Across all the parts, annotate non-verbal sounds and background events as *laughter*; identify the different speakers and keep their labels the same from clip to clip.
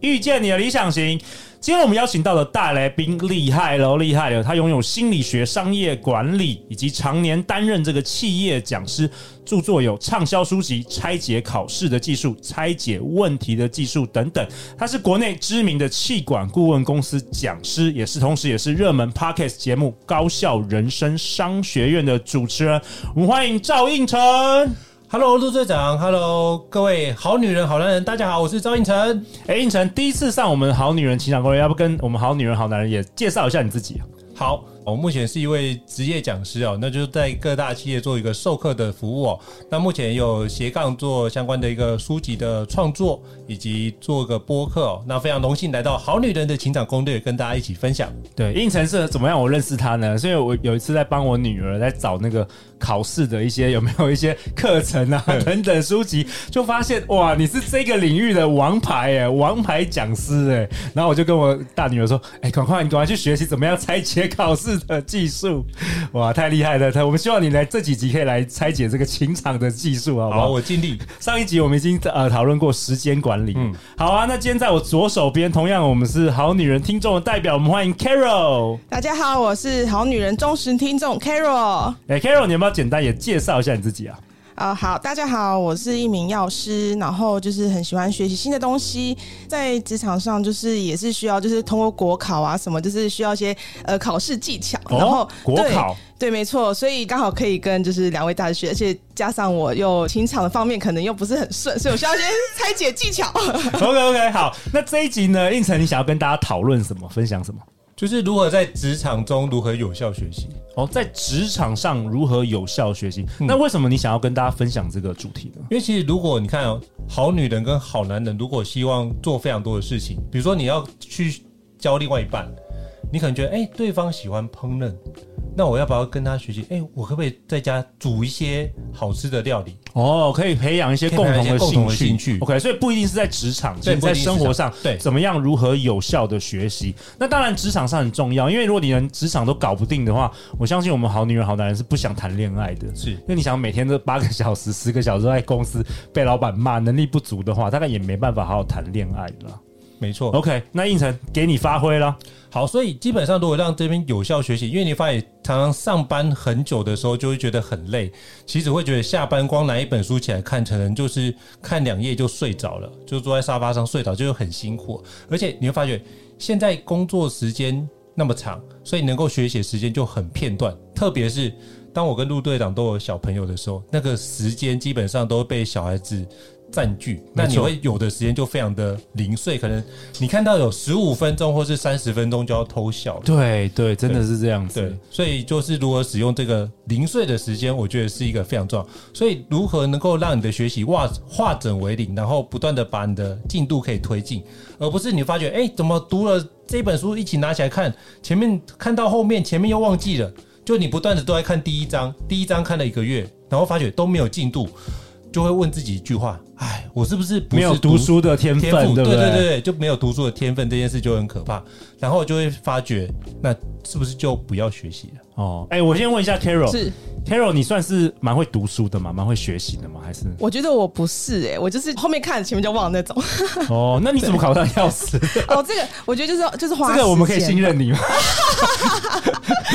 Speaker 1: 遇见你的理想型。今天我们邀请到的大来宾厉害喽，厉害了！他拥有心理学、商业管理，以及常年担任这个企业讲师，著作有畅销书籍《拆解考试的技术》《拆解问题的技术》等等。他是国内知名的气管顾问公司讲师，也是同时也是热门 podcast 节目《高校人生商学院》的主持人。我们欢迎赵应成。
Speaker 2: Hello，陆队长，Hello，各位好女人、好男人，大家好，我是赵应成。
Speaker 1: 哎，应成第一次上我们好女人情感攻略，要不跟我们好女人好男人也介绍一下你自己啊？
Speaker 2: 好，我目前是一位职业讲师哦，那就是在各大企业做一个授课的服务哦。那目前也有斜杠做相关的一个书籍的创作，以及做个播客哦。那非常荣幸来到《好女人的情场攻略》跟大家一起分享。
Speaker 1: 对，应成是怎么样？我认识他呢？是因为我有一次在帮我女儿在找那个考试的一些有没有一些课程啊 *laughs* 等等书籍，就发现哇，你是这个领域的王牌哎，王牌讲师哎。然后我就跟我大女儿说，哎，赶快你赶快去学习怎么样拆解考试的技术，哇，太厉害了！他我们希望你来这几集可以来拆解这个情场的技术，好不好？
Speaker 2: 好，我尽力。
Speaker 1: 上一集我们已经呃讨论过时间管理，嗯，好啊。那今天在我左手边，同样我们是好女人听众的代表，我们欢迎 Carol。
Speaker 3: 大家好，我是好女人忠实听众 Carol。
Speaker 1: 哎、c a r o l 你要不要简单也介绍一下你自己啊？ *laughs*
Speaker 3: 呃，好，大家好，我是一名药师，然后就是很喜欢学习新的东西，在职场上就是也是需要，就是通过国考啊什么，就是需要一些呃考试技巧，
Speaker 1: 哦
Speaker 3: 然后、
Speaker 1: 国考
Speaker 3: 对对，没错，所以刚好可以跟就是两位大学，而且加上我又情场的方面可能又不是很顺，所以我需要一些拆解
Speaker 1: *laughs*
Speaker 3: 技巧。
Speaker 1: OK OK，好，那这一集呢，应成你想要跟大家讨论什么，分享什么？
Speaker 2: 就是如何在职场中如何有效学习。
Speaker 1: 哦，在职场上如何有效学习？那为什么你想要跟大家分享这个主题呢？
Speaker 2: 因为其实如果你看哦，好女人跟好男人，如果希望做非常多的事情，比如说你要去教另外一半，你可能觉得哎、对方喜欢烹饪，那我要不要跟他学习？哎、我可不可以在家煮一些好吃的料理？
Speaker 1: 哦，可以培养一些
Speaker 2: 可以
Speaker 1: 共
Speaker 2: 培
Speaker 1: 同
Speaker 2: 养
Speaker 1: 的
Speaker 2: 一些共
Speaker 1: 兴
Speaker 2: 同
Speaker 1: 趣
Speaker 2: 的兴趣
Speaker 1: OK，所以不一定是在职场，其
Speaker 2: 对
Speaker 1: 实在生活上
Speaker 2: 不一定是职场对
Speaker 1: 怎么样如何有效的学习？那当然，职场上很重要，因为如果你连职场都搞不定的话，我相信我们好女人、好男人是不想谈恋爱的。
Speaker 2: 是
Speaker 1: 因为你想每天都八个小时、十个小时都在公司被老板骂，能力不足的话，大概也没办法好好谈恋爱了。
Speaker 2: 没错。
Speaker 1: OK，那应成给你发挥了。
Speaker 2: 好，所以基本上如果让这边有效学习，因为你发现常常上班很久的时候就会觉得很累，其实会觉得下班光拿一本书起来看，可能就是看两页就睡着了，就坐在沙发上睡着，就很辛苦。而且你会发觉，现在工作时间那么长，所以能够学习的时间就很片段，特别是。当我跟陆队长都有小朋友的时候，那个时间基本上都被小孩子占据，那
Speaker 1: 没
Speaker 2: 你
Speaker 1: 错
Speaker 2: 会有的时间就非常的零碎，可能你看到有十五分钟或是三十分钟就要偷笑了。
Speaker 1: 对对，真的是这样子。
Speaker 2: 对，所以就是如何使用这个零碎的时间，我觉得是一个非常重要。所以如何能够让你的学习化化整为零，然后不断的把你的进度可以推进，而不是你发觉哎、怎么读了这本书一起拿起来看，前面看到后面，前面又忘记了，就你不断的都在看第一章，第一章看了一个月，然后发觉都没有进度，就会问自己一句话：哎，我是不是不
Speaker 1: 没
Speaker 2: 是
Speaker 1: 有读书的天分，
Speaker 2: 天赋，
Speaker 1: 对不
Speaker 2: 对对对，就没有读书的天分这件事就很可怕，然后就会发觉，那是不是就不要学习了？
Speaker 1: 哦，哎、我先问一下 Carol，
Speaker 3: 是？
Speaker 1: Carol，你算是蛮会读书的嘛，蛮会学习的嘛，还是
Speaker 3: 我觉得我不是哎、我就是后面看前面就忘那种。
Speaker 1: *laughs* 哦，那你怎么考上药师？
Speaker 3: 哦，这个我觉得就是就是花
Speaker 1: 这个我们可以
Speaker 3: 时间
Speaker 1: 信任你吗？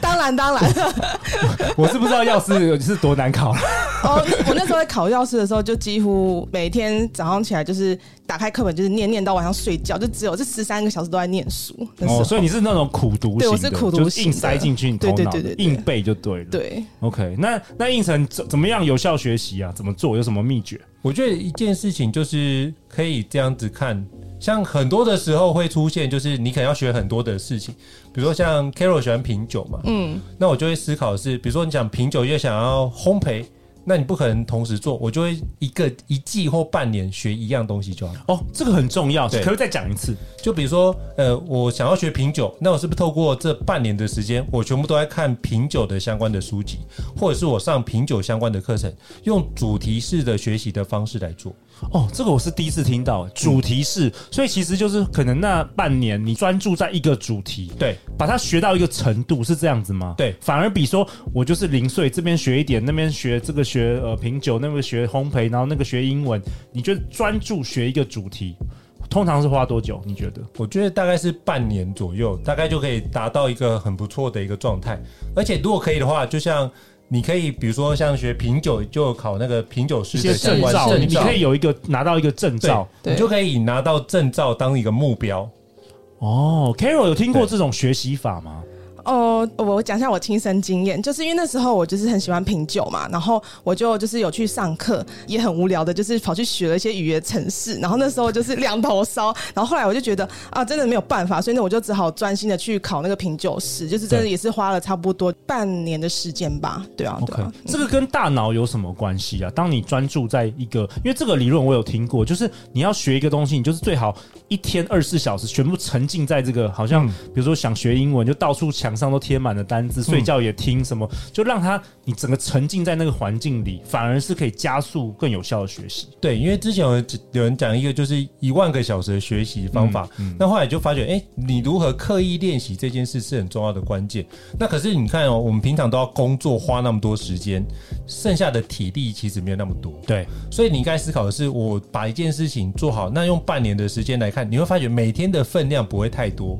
Speaker 3: 当然当然，
Speaker 1: *laughs* 我是不知道药师 *laughs* 是多难考，啊
Speaker 3: 哦，我那时候在考药师的时候，就几乎每天早上起来就是打开课本，就是念念到晚上睡觉，就只有这十三个小时都在念书。那时候、
Speaker 1: 哦，所以你是那种苦读型的，
Speaker 3: 啊对我是苦读
Speaker 1: 就是硬
Speaker 3: 型的
Speaker 1: 塞进去你头脑的，
Speaker 3: 对对对对对
Speaker 1: 硬背就对了。
Speaker 3: 对，
Speaker 1: ，OK，那那应成怎怎么样有效学习啊？怎么做？有什么秘诀？
Speaker 2: 我觉得一件事情就是可以这样子看，像很多的时候会出现，就是你可能要学很多的事情，比如说像 Carol 喜欢品酒嘛，嗯，那我就会思考的是，比如说你想品酒又想要烘焙，那你不可能同时做，我就会一个一季或半年学一样东西就好。
Speaker 1: 哦，这个很重要，可
Speaker 2: 对
Speaker 1: 不可以再讲一次？
Speaker 2: 就比如说，呃，我想要学品酒，那我是不是透过这半年的时间，我全部都在看品酒的相关的书籍，或者是我上品酒相关的课程，用主题式的学习的方式来做？
Speaker 1: 哦，这个我是第一次听到，主题是，所以其实就是可能那半年你专注在一个主题，
Speaker 2: 对，
Speaker 1: 把它学到一个程度，是这样子吗？
Speaker 2: 对
Speaker 1: 反而比说我就是零碎，这边学一点，那边学这个学呃品酒，那个学烘焙，然后那个学英文，你觉得专注学一个主题，通常是花多久？你觉得？
Speaker 2: 我觉得大概是半年左右，大概就可以达到一个很不错的一个状态。而且如果可以的话，就像你可以，比如说像学品酒，就考那个品酒
Speaker 1: 一
Speaker 2: 师
Speaker 1: 些
Speaker 2: 的相
Speaker 1: 证
Speaker 2: 关
Speaker 1: 照，
Speaker 2: 证
Speaker 1: 你
Speaker 2: 照，
Speaker 1: 可以有一个拿到一个证照。
Speaker 2: 对，你就可以拿到证照当一个目标。
Speaker 1: 哦，Carol 有听过
Speaker 2: 对
Speaker 1: 这种学习法吗？
Speaker 3: 哦，我讲一下我亲身经验，就是因为那时候我就是很喜欢品酒嘛，然后我就就是有去上课，也很无聊的，就是跑去学了一些语言程式，然后那时候就是两头烧，然后后来我就觉得啊，真的没有办法，所以呢我就只好专心的去考那个品酒师，就是真的
Speaker 2: 对
Speaker 3: 也是花了差不多半年的时间吧，对啊，对
Speaker 1: OK，
Speaker 3: 啊，
Speaker 1: 这个跟大脑有什么关系啊？当你专注在一个，因为这个理论我有听过，就是你要学一个东西，你就是最好一天二十四小时全部沉浸在这个，好像
Speaker 2: 嗯
Speaker 1: 比如说想学英文，就到处墙上都贴满了单字，
Speaker 2: 嗯
Speaker 1: 睡觉也听什么，就让它你整个沉浸在那个环境里，反而是可以加速更有效的学习。
Speaker 2: 对，因为之前有人有人讲一个就是一万个小时的学习方法，那后来就发觉，哎、你如何刻意练习这件事是很重要的关键。那可是你看哦，我们平常都要工作花那么多时间，剩下的体力其实没有那么多，
Speaker 1: 对，
Speaker 2: 所以你应该思考的是，我把一件事情做好，那用半年的时间来看，你会发觉每天的分量不会太多，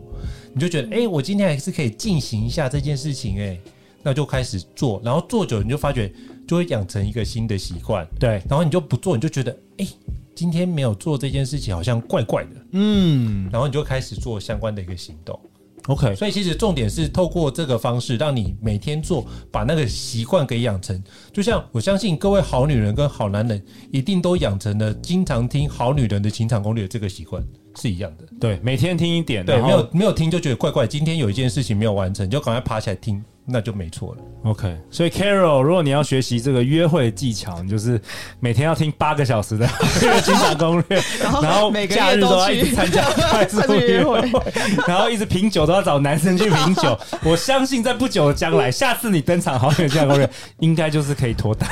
Speaker 2: 你就觉得，哎、我今天还是可以进行一下这件事情、诶哎，那就开始做，然后做久了你就发觉，就会养成一个新的习惯。
Speaker 1: 对，
Speaker 2: 然后你就不做，你就觉得，哎、今天没有做这件事情好像怪怪的，
Speaker 1: 嗯
Speaker 2: 然后你就开始做相关的一个行动。
Speaker 1: ，OK，
Speaker 2: 所以其实重点是透过这个方式，让你每天做，把那个习惯给养成。就像我相信各位好女人跟好男人一定都养成了经常听《好女人的情场攻略》这个习惯是一样的。
Speaker 1: 对，每天听一点，
Speaker 2: 对，
Speaker 1: 然后
Speaker 2: 没有没有听就觉得怪怪，今天有一件事情没有完成，就赶快爬起来听，那就没错了。
Speaker 1: OK，所以 Carol，如果你要学习这个约会技巧，你就是每天要听八个小时的 *laughs* 情场攻略，
Speaker 3: *laughs* 然后每个
Speaker 1: 假
Speaker 3: 月
Speaker 1: 日
Speaker 3: 都
Speaker 1: 要一
Speaker 3: 去
Speaker 1: 直参
Speaker 3: *laughs*
Speaker 1: 加快速约会， *laughs* 然后一直品酒都要找男生去品酒。我相信在不久的将来，下次你登场《好友情场攻略》，应该就是可以脱单。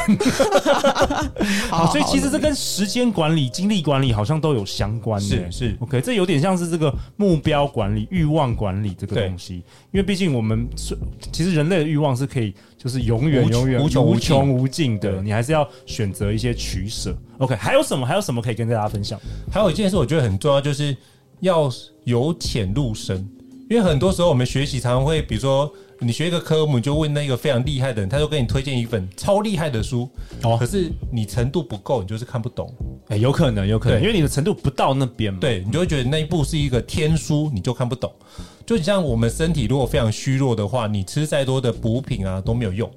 Speaker 1: 好，所以其实这跟时间管理、精力管理好像都有相关的、
Speaker 2: 是是
Speaker 1: OK，这有点像是这个目标管理、欲望管理这个
Speaker 2: 对
Speaker 1: 东西，因为毕竟我们是其实人类的欲望是可以就是永远
Speaker 2: 无穷
Speaker 1: 永远
Speaker 2: 无穷
Speaker 1: 无
Speaker 2: 无尽
Speaker 1: 穷无尽的，
Speaker 2: 对
Speaker 1: 你还是要选择一些取舍。OK，还有什么还有什么可以跟大家分享？
Speaker 2: 还有一件事我觉得很重要，就是要由浅入深，因为很多时候我们学习常常会，比如说你学一个科目，你就问那个非常厉害的人，他就给你推荐一本超厉害的书，
Speaker 1: 哦
Speaker 2: 可是你程度不够，你就是看不懂，
Speaker 1: 哎、有可能，有可能，因
Speaker 2: 对
Speaker 1: 为你的程度不到那边嘛。
Speaker 2: 对你就会觉得那一部是一个天书，你就看不懂。就你像我们身体如果非常虚弱的话，你吃再多的补品啊都没有用。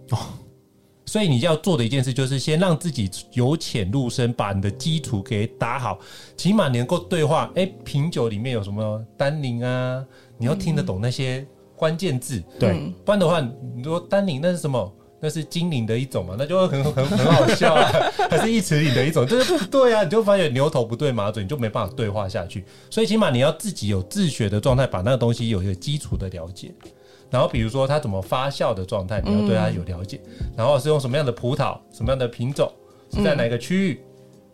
Speaker 2: 所以你要做的一件事就是先让自己由浅入深，把你的基础给打好，起码你能够对话。哎、品酒里面有什么单宁啊？你要听得懂那些关键字，
Speaker 1: 对。
Speaker 2: 不然的话，你说单宁那是什么？那是精灵的一种嘛，那就会很很很好笑啊，还是一池里的一种，这是不对啊！你就发现牛头不对马嘴，你就没办法对话下去。所以起码你要自己有自学的状态，把那个东西有一个基础的了解。然后比如说它怎么发酵的状态，你嗯要对它有了解。然后是用什么样的葡萄，什么样的品种，是在哪个区域，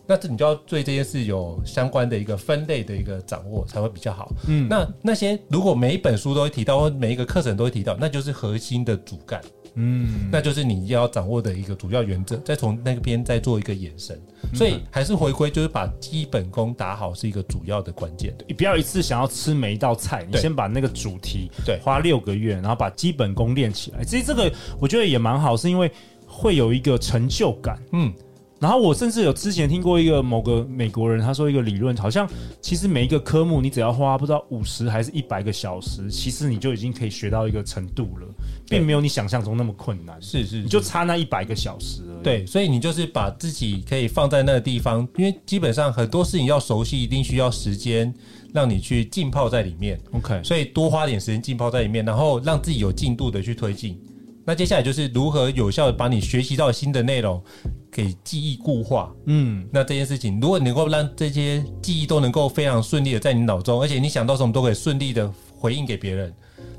Speaker 2: 那这你就要对这件事有相关的一个分类的一个掌握，才会比较好。嗯，那那些如果每一本书都会提到，或每一个课程都会提到，那就是核心的主干。嗯，那就是你要掌握的一个主要原则，再从那边再做一个延伸。所以还是回归，就是把基本功打好是一个主要的关键。
Speaker 1: 你不要一次想要吃每一道菜，你
Speaker 2: 对
Speaker 1: 先把那个主题
Speaker 2: 对
Speaker 1: 花六个月，然后把基本功练起来。其实这个我觉得也蛮好，是因为会有一个成就感。
Speaker 2: 嗯，
Speaker 1: 然后我甚至有之前听过一个某个美国人，他说一个理论，好像其实每一个科目你只要花不知道五十还是一百个小时，其实你就已经可以学到一个程度了，
Speaker 2: 对
Speaker 1: 并没有你想象中那么困难。
Speaker 2: 是是
Speaker 1: 你就差那一百个小时而已。
Speaker 2: 对，所以你就是把自己可以放在那个地方，因为基本上很多事情要熟悉，一定需要时间让你去浸泡在里面。
Speaker 1: ，OK，
Speaker 2: 所以多花点时间浸泡在里面，然后让自己有进度的去推进。那接下来就是如何有效的把你学习到新的内容给记忆固化。
Speaker 1: 嗯，
Speaker 2: 那这件事情，如果你能够让这些记忆都能够非常顺利的在你脑中，而且你想到什么都可以顺利的回应给别人，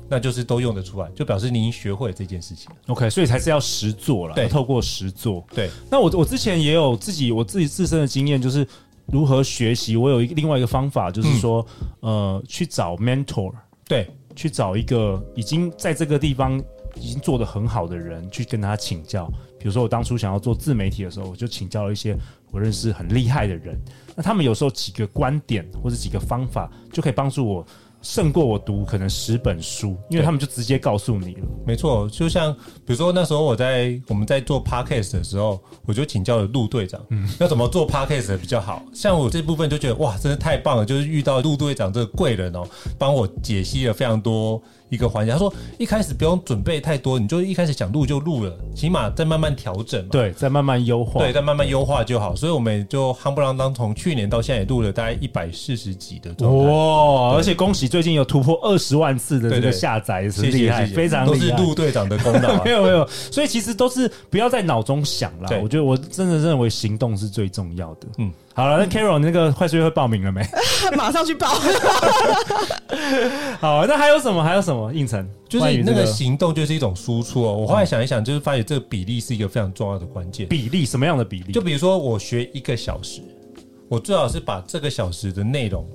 Speaker 2: 那就是都用得出来，就表示你已经学会了这件事情。
Speaker 1: OK，所以才是要实做了，
Speaker 2: 对
Speaker 1: 要透过实做。
Speaker 2: 对，
Speaker 1: 那我我之前也有自己我自己自身的经验，就是如何学习。我有一个另外一个方法，就是说，呃，去找 mentor，
Speaker 2: 对，
Speaker 1: 去找一个已经在这个地方已经做得很好的人，去跟他请教。比如说，我当初想要做自媒体的时候，我就请教了一些我认识很厉害的人。那他们有时候几个观点或者几个方法，就可以帮助我胜过我读可能十本书，因为
Speaker 2: 对
Speaker 1: 他们就直接告诉你了。
Speaker 2: 没错，就像比如说那时候我在我们在做 podcast 的时候，我就请教了陆队长，
Speaker 1: 嗯
Speaker 2: 要怎么做 podcast 比较好。像我这部分就觉得哇，真的太棒了，就是遇到陆队长这个贵人哦，帮我解析了非常多一个环节。他说一开始不用准备太多，你就一开始想录就录了，起码再慢慢调整嘛。
Speaker 1: 对，再慢慢优化。
Speaker 2: 对，再慢慢优化就好。所以我们也就夯不啷当从去年到现在也录了大概一百四十集的状
Speaker 1: 哦
Speaker 2: 态。
Speaker 1: 哇！而且恭喜最近有突破二十万次的这
Speaker 2: 对
Speaker 1: 个
Speaker 2: 对
Speaker 1: 下载，也是
Speaker 2: 谢谢
Speaker 1: 厉害，
Speaker 2: 谢谢
Speaker 1: 非常
Speaker 2: 都
Speaker 1: 厉
Speaker 2: 是
Speaker 1: 害。
Speaker 2: 陆队长的功劳、啊
Speaker 1: *laughs* 没。有没有，所以其实都是不要在脑中想啦
Speaker 2: 对。
Speaker 1: 我觉得我真的认为行动是最重要的。嗯
Speaker 2: 嗯，
Speaker 1: 好了，那 Carol 那个快速约会报名了
Speaker 2: *laughs*
Speaker 1: 没？
Speaker 3: *laughs* 马上去报。
Speaker 1: 好，那还有什么？还有什么？应承
Speaker 2: 就是
Speaker 1: 关于这
Speaker 2: 那个行动就是一种输出哦。我后来想一想，就是发觉这个比例是一个非常重要的关键。
Speaker 1: 比例，什么样的比例？
Speaker 2: 就
Speaker 1: 就
Speaker 2: 比如说，我学一个小时，我最好是把这个小时的内容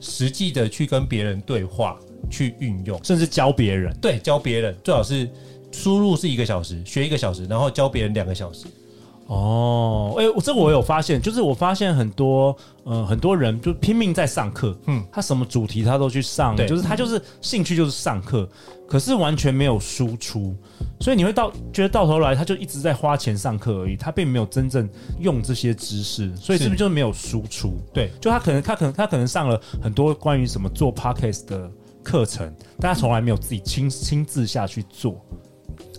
Speaker 2: 实际的去跟别人对话，去运用，
Speaker 1: 甚至教别人。
Speaker 2: 对，教别人最好是输入是一个小时，学一个小时，然后教别人两个小时。
Speaker 1: 哦，哎、我这我有发现，就是我发现很多，呃，很多人就拼命在上课，嗯
Speaker 2: 嗯，
Speaker 1: 他什么主题他都去上，
Speaker 2: 对
Speaker 1: 就是他就是兴趣就是上课，可是完全没有输出，所以你会到觉得到头来他就一直在花钱上课而已，他并没有真正用这些知识，所以是不是
Speaker 2: 是
Speaker 1: 就是没有输出？
Speaker 2: 对，
Speaker 1: 就他可能他可能他可能上了很多关于什么做 podcast 的课程，但他从来没有自己亲亲自下去做，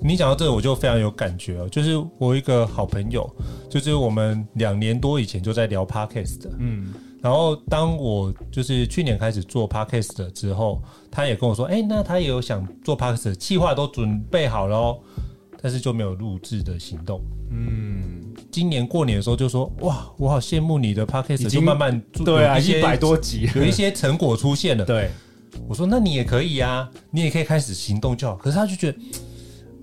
Speaker 2: 你讲到这个，我就非常有感觉哦。就是我有一个好朋友，就是我们两年多以前就在聊 podcast 的，
Speaker 1: 嗯，
Speaker 2: 然后当我就是去年开始做 podcast 的之后，他也跟我说，哎、那他也有想做 podcast，的计划都准备好了哦，但是就没有录制的行动。嗯，今年过年的时候就说，哇，我好羡慕你的 podcast，
Speaker 1: 已
Speaker 2: 就
Speaker 1: 经
Speaker 2: 慢慢做
Speaker 1: 对啊，
Speaker 2: 有些
Speaker 1: 一百多集了，
Speaker 2: 有一些成果出现了。
Speaker 1: *laughs* 对。
Speaker 2: 我说那你也可以啊，你也可以开始行动就好。可是他就觉得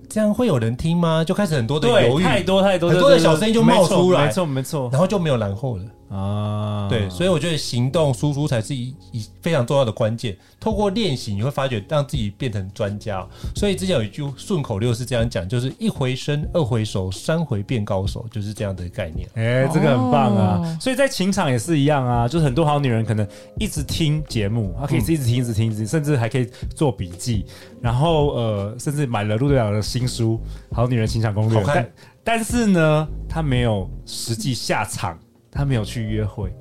Speaker 2: 这样会有人听吗？就开始很多的犹
Speaker 1: 对，
Speaker 2: 豫，
Speaker 1: 太多太多
Speaker 2: 很多的小声音就冒出来
Speaker 1: 没错没错没
Speaker 2: 然后就没有然后了。
Speaker 1: 错啊，
Speaker 2: 对，所以我觉得行动输出才是一一非常重要的关键。透过练习，你会发觉让自己变成专家哦。所以之前有一句顺口溜是这样讲，就是一回生，二回熟，三回变高手，就是这样的概念。
Speaker 1: 哎、这个很棒啊！
Speaker 3: 哦
Speaker 1: 所以在情场也是一样啊，就是很多好女人可能一直听节目，她可以一直听、一直听、一直听，甚至还可以做笔记，然后呃，甚至买了陆队长的新书《好女人情场攻略》
Speaker 2: 好看
Speaker 1: 但但是呢，她没有实际下场，她没有去约会。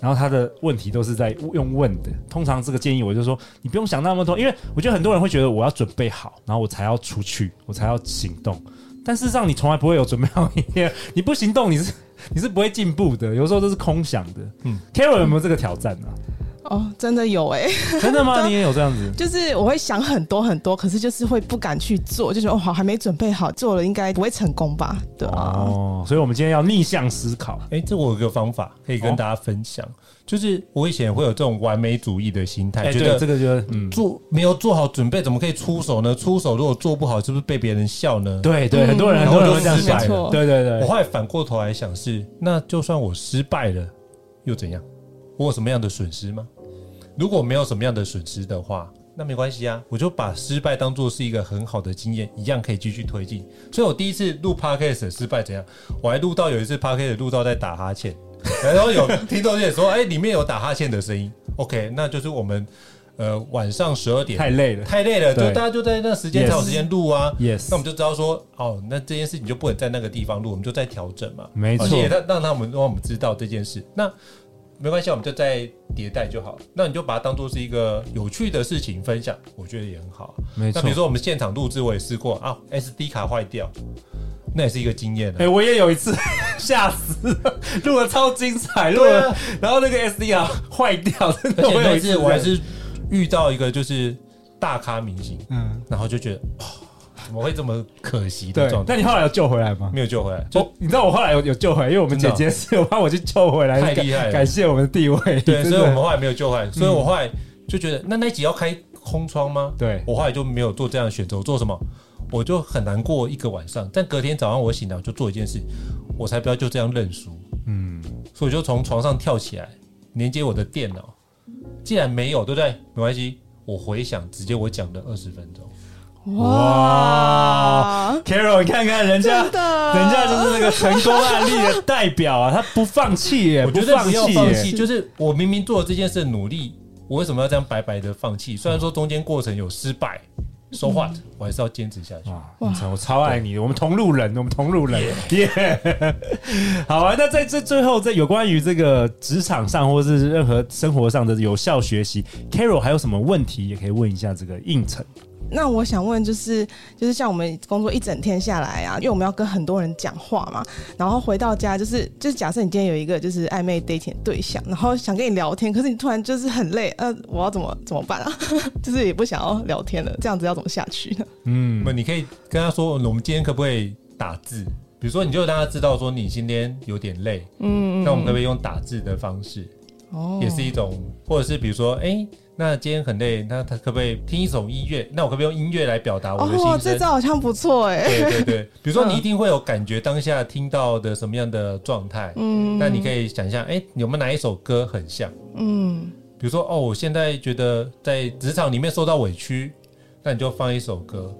Speaker 1: 然后她的问题都是在用问的，通常这个建议我就说，你不用想那么多，因为我觉得很多人会觉得我要准备好，然后我才要出去，我才要行动。但事实上，你从来不会有准备好一天，你不行动，你是你是不会进步的，有时候都是空想的。嗯
Speaker 2: 嗯
Speaker 1: ，Carol 有没有这个挑战呢、
Speaker 3: 哦，真的有哎、
Speaker 1: 真的吗？你也有这样子？
Speaker 3: *laughs* 就是我会想很多很多，可是就是会不敢去做，就觉得哦好还没准备好，做了应该不会成功吧？对啊，
Speaker 1: 哦，所以我们今天要逆向思考。
Speaker 2: 哎、这我有个方法可以跟
Speaker 1: 哦
Speaker 2: 大家分享，就是我以前会有这种完美主义的心态，
Speaker 1: 哎，
Speaker 2: 觉
Speaker 1: 对，
Speaker 2: 得
Speaker 1: 这个就是嗯，
Speaker 2: 做没有做好准备，怎么可以出手呢？出手如果做不好，是不是被别人笑呢？
Speaker 1: 对对，很多人
Speaker 2: 然
Speaker 1: 很
Speaker 2: 后
Speaker 1: 多人
Speaker 2: 就
Speaker 1: 会这样
Speaker 2: 失败
Speaker 1: 想。
Speaker 3: 错
Speaker 2: 了。
Speaker 1: 对对
Speaker 2: 我
Speaker 1: 对，
Speaker 2: 后来反过头来想是，那就算我失败了，又怎样？我有什么样的损失吗？如果没有什么样的损失的话，那没关系啊，我就把失败当做是一个很好的经验，一样可以继续推进。所以我第一次录 podcast 的失败怎样？我还录到有一次 podcast 录到在打哈欠， *laughs* 然后有听众也说，哎、里面有打哈欠的声音。OK，那就是我们呃晚上十二点
Speaker 1: 太累了。
Speaker 2: *laughs* 太累了，就
Speaker 1: 对
Speaker 2: 大家就在那时间才有
Speaker 1: Yes
Speaker 2: 时间录啊。
Speaker 1: Yes
Speaker 2: 那我们就知道说，哦，那这件事情就不能在那个地方录，我们就在调整嘛。
Speaker 1: 没错
Speaker 2: 而且也让让他们让我们知道这件事。那没关系，我们就再迭代就好。那你就把它当做是一个有趣的事情分享，我觉得也很好。啊
Speaker 1: 没
Speaker 2: 那
Speaker 1: 错
Speaker 2: 比如。说我们现场录制，我也试过啊，SD 卡坏掉，那也是一个经验啊
Speaker 1: 哎、。我也有一次 *laughs* 吓死了，录的超精彩，录
Speaker 2: 对
Speaker 1: 了，
Speaker 2: 啊
Speaker 1: 然后那个 SD 啊坏掉，真
Speaker 2: 而
Speaker 1: 的
Speaker 2: 且
Speaker 1: 我有
Speaker 2: 那
Speaker 1: 一
Speaker 2: 次
Speaker 1: 次
Speaker 2: 我还
Speaker 1: 这样
Speaker 2: 是遇到一个就是大咖明星，
Speaker 1: 嗯
Speaker 2: 然后就觉得哇哦怎么会这么可惜的
Speaker 1: 对
Speaker 2: 状，态？
Speaker 1: 那你后来有救回来吗？
Speaker 2: 没有救回来，就
Speaker 1: 我你知道我后来有有救回来，因为我们姐
Speaker 2: 真的哦
Speaker 1: 姐是有帮我去救回来，
Speaker 2: 太
Speaker 1: 感
Speaker 2: 厉害了
Speaker 1: 感谢我们的地位。
Speaker 2: 对，
Speaker 1: 真的
Speaker 2: 所
Speaker 1: 嗯
Speaker 2: 以我们后来没有救回来，所以我后来就觉得，那那一集要开空窗吗？
Speaker 1: 对
Speaker 2: 我后来就没有做这样的选择，我做什么？我就很难过一个晚上，但隔天早上我醒来我就做一件事，我才不要就这样认输，
Speaker 1: 嗯，
Speaker 2: 所以我就从床上跳起来，连接我的电脑。既然没有，对不对？没关系，我回想直接我讲的二十分钟，
Speaker 1: 哇，Carol，你看看人家，人
Speaker 3: 真的
Speaker 1: 家就是那个成功案例的代表啊，他不放弃耶，
Speaker 2: 我觉
Speaker 1: 哎不
Speaker 2: 得
Speaker 1: 放
Speaker 2: 不要
Speaker 1: 弃
Speaker 2: 放
Speaker 1: 耶
Speaker 2: 弃，，就是我明明做了这件事的努力，我为什么要这样白白的放弃？虽然说中间过程有失败，so what，我还是要坚持下去。
Speaker 1: 嗯哇，你超我超爱你的，我们同路人，我们同路人，耶、 *laughs* 好啊，那在这最后，在有关于这个职场上或是任何生活上的有效学习，Carol 还有什么问题也可以问一下这个应承。
Speaker 3: 那我想问，就是就是像我们工作一整天下来啊，因为我们要跟很多人讲话嘛，然后回到家就是就是假设你今天有一个就是暧昧 dating 的对象，然后想跟你聊天，可是你突然就是很累，呃，我要怎么怎么办啊？ *laughs* 就是也不想要聊天了，这样子要怎么下去呢？
Speaker 1: 嗯
Speaker 2: 那，么你可以跟他说，我们今天可不可以打字？比如说，你就让他知道说你今天有点累，嗯，那我们可不可以用打字的方式，
Speaker 3: 哦
Speaker 2: 也是一种，或者是比如说，哎、那今天很累，那他可不可以听一首音乐？那我可不可以用音乐来表达我的心
Speaker 3: 哦，这
Speaker 2: 声？
Speaker 3: 招好像不错哎、
Speaker 2: 对对对，比如说你一定会有感觉当下听到的什么样的状态，嗯，那你可以想象，哎、有没有哪一首歌很像？
Speaker 3: 嗯，
Speaker 2: 比如说，哦，我现在觉得在职场里面受到委屈，那你就放一首歌。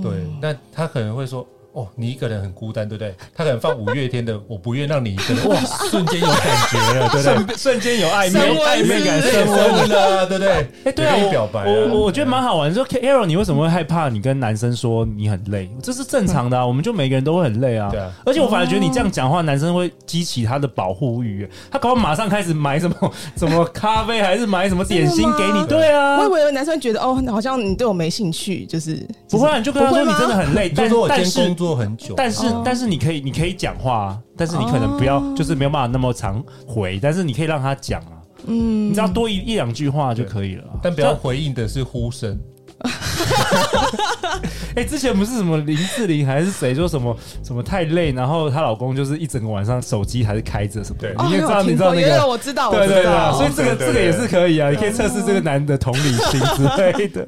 Speaker 2: 对，那他可能会说，哦，你一个人很孤单，对不对？他可能放五月天的《我不愿让你一个人》，哇，瞬间有感觉了，对不对？
Speaker 1: 啊瞬瞬间有暧
Speaker 3: 升温
Speaker 1: 昧暧昧感
Speaker 3: 是
Speaker 1: 升
Speaker 2: 升
Speaker 1: 温。
Speaker 2: 温了，对不对？
Speaker 1: 哎、对啊
Speaker 2: 也可，以
Speaker 1: 我
Speaker 2: 表白啊
Speaker 1: 我我我觉得蛮好玩的。说 Carol，你为什么会害怕？你跟男生说你很累，这是正常的啊。我们就每个人都会很累啊。
Speaker 2: 嗯对啊
Speaker 1: 而且我反而觉得
Speaker 3: 哦
Speaker 1: 你这样讲话，男生会激起他的保护欲，他搞不好马上开始买什么什么咖啡，还是买什么点心给
Speaker 3: 真的
Speaker 1: 你。
Speaker 3: 吗
Speaker 1: 对啊
Speaker 3: 我以，为男生觉得哦，好像你对我没兴趣，就是
Speaker 1: 不会、啊，你就跟他
Speaker 3: 不
Speaker 1: 说
Speaker 3: 会
Speaker 1: 你
Speaker 3: 吗
Speaker 1: 真的很累，
Speaker 2: 你就
Speaker 1: 但
Speaker 2: 说我今
Speaker 1: 但
Speaker 2: 天工
Speaker 1: 是。
Speaker 2: 作很久，
Speaker 1: 但是
Speaker 3: 哦，
Speaker 1: 但是你可以，你可以讲话啊，但是你可能不要，
Speaker 3: 哦
Speaker 1: 就是没有办法那么常回，但是你可以让他讲啊，
Speaker 3: 嗯，
Speaker 1: 你只要多一一两句话就可以了啊。
Speaker 2: 但不要回应的是呼声，
Speaker 1: *laughs* 哎、之前不是什么林志玲还是谁说什么什么太累，然后她老公就是一整个晚上手机还是开着什么的，
Speaker 2: 对
Speaker 3: 哦，
Speaker 1: 你也知道，
Speaker 3: 有
Speaker 1: 你
Speaker 3: 听
Speaker 1: 知道
Speaker 3: 过，
Speaker 1: 那
Speaker 3: 有有
Speaker 1: 个。
Speaker 3: 我知道，我
Speaker 1: 对对
Speaker 3: 知
Speaker 1: 对啊，
Speaker 3: 道，
Speaker 1: 所以这个
Speaker 2: 对
Speaker 1: 这
Speaker 2: 对
Speaker 1: 个也是可以啊，你可以测试这个男的同理心之类的。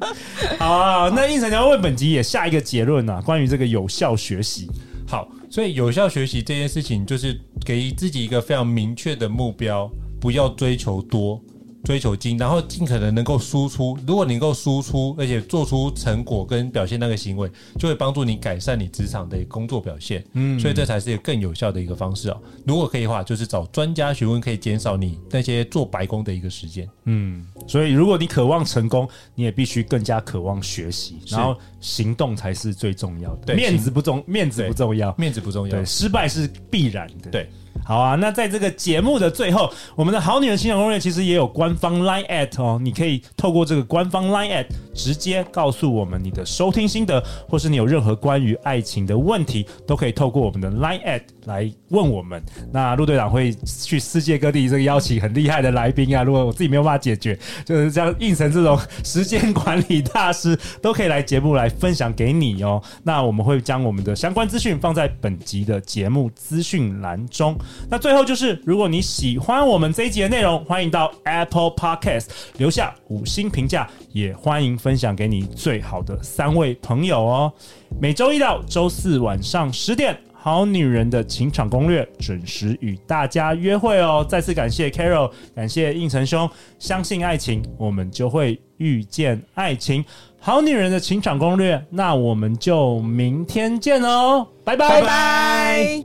Speaker 1: 好啊，那应成你要为本集也下一个结论啊，关于这个有效学习。
Speaker 2: 好，所以有效学习这件事情，就是给自己一个非常明确的目标，不要追求多，追求精，然后尽可能能够输出。如果你能够输出，而且做出成果跟表现那个行为，就会帮助你改善你职场的工作表现。嗯，所以这才是一个更有效的一个方式哦。如果可以的话，就是找专家询问，可以减少你那些做白工的一个时间。
Speaker 1: 嗯，所以如果你渴望成功，你也必须更加渴望学习，
Speaker 2: 是
Speaker 1: 然后行动才是最重要的。
Speaker 2: 对
Speaker 1: 面子不重，面子不重要，
Speaker 2: 面子不重要
Speaker 1: 对，，失败是必然的。
Speaker 2: 对。
Speaker 1: 好啊，那在这个节目的最后，我们的好女人情感攻略其实也有官方 Line at 哦，你可以透过这个官方 Line at 直接告诉我们你的收听心得，或是你有任何关于爱情的问题，都可以透过我们的 Line at 来问我们。那陆队长会去世界各地这个邀请很厉害的来宾啊，如果我自己没有办法解决，就是像应成这种时间管理大师，都可以来节目来分享给你哦。那我们会将我们的相关资讯放在本集的节目资讯栏中。那最后就是，如果你喜欢我们这一集的内容，欢迎到 Apple Podcast 留下五星评价，也欢迎分享给你最好的三位朋友哦。每周一到周四晚上十点。好女人的情场攻略准时与大家约会哦！再次感谢 Carol，感谢应成兄，相信爱情，我们就会遇见爱情。好女哦人的情场攻略，那我们就明天见喽，拜拜
Speaker 3: 拜拜。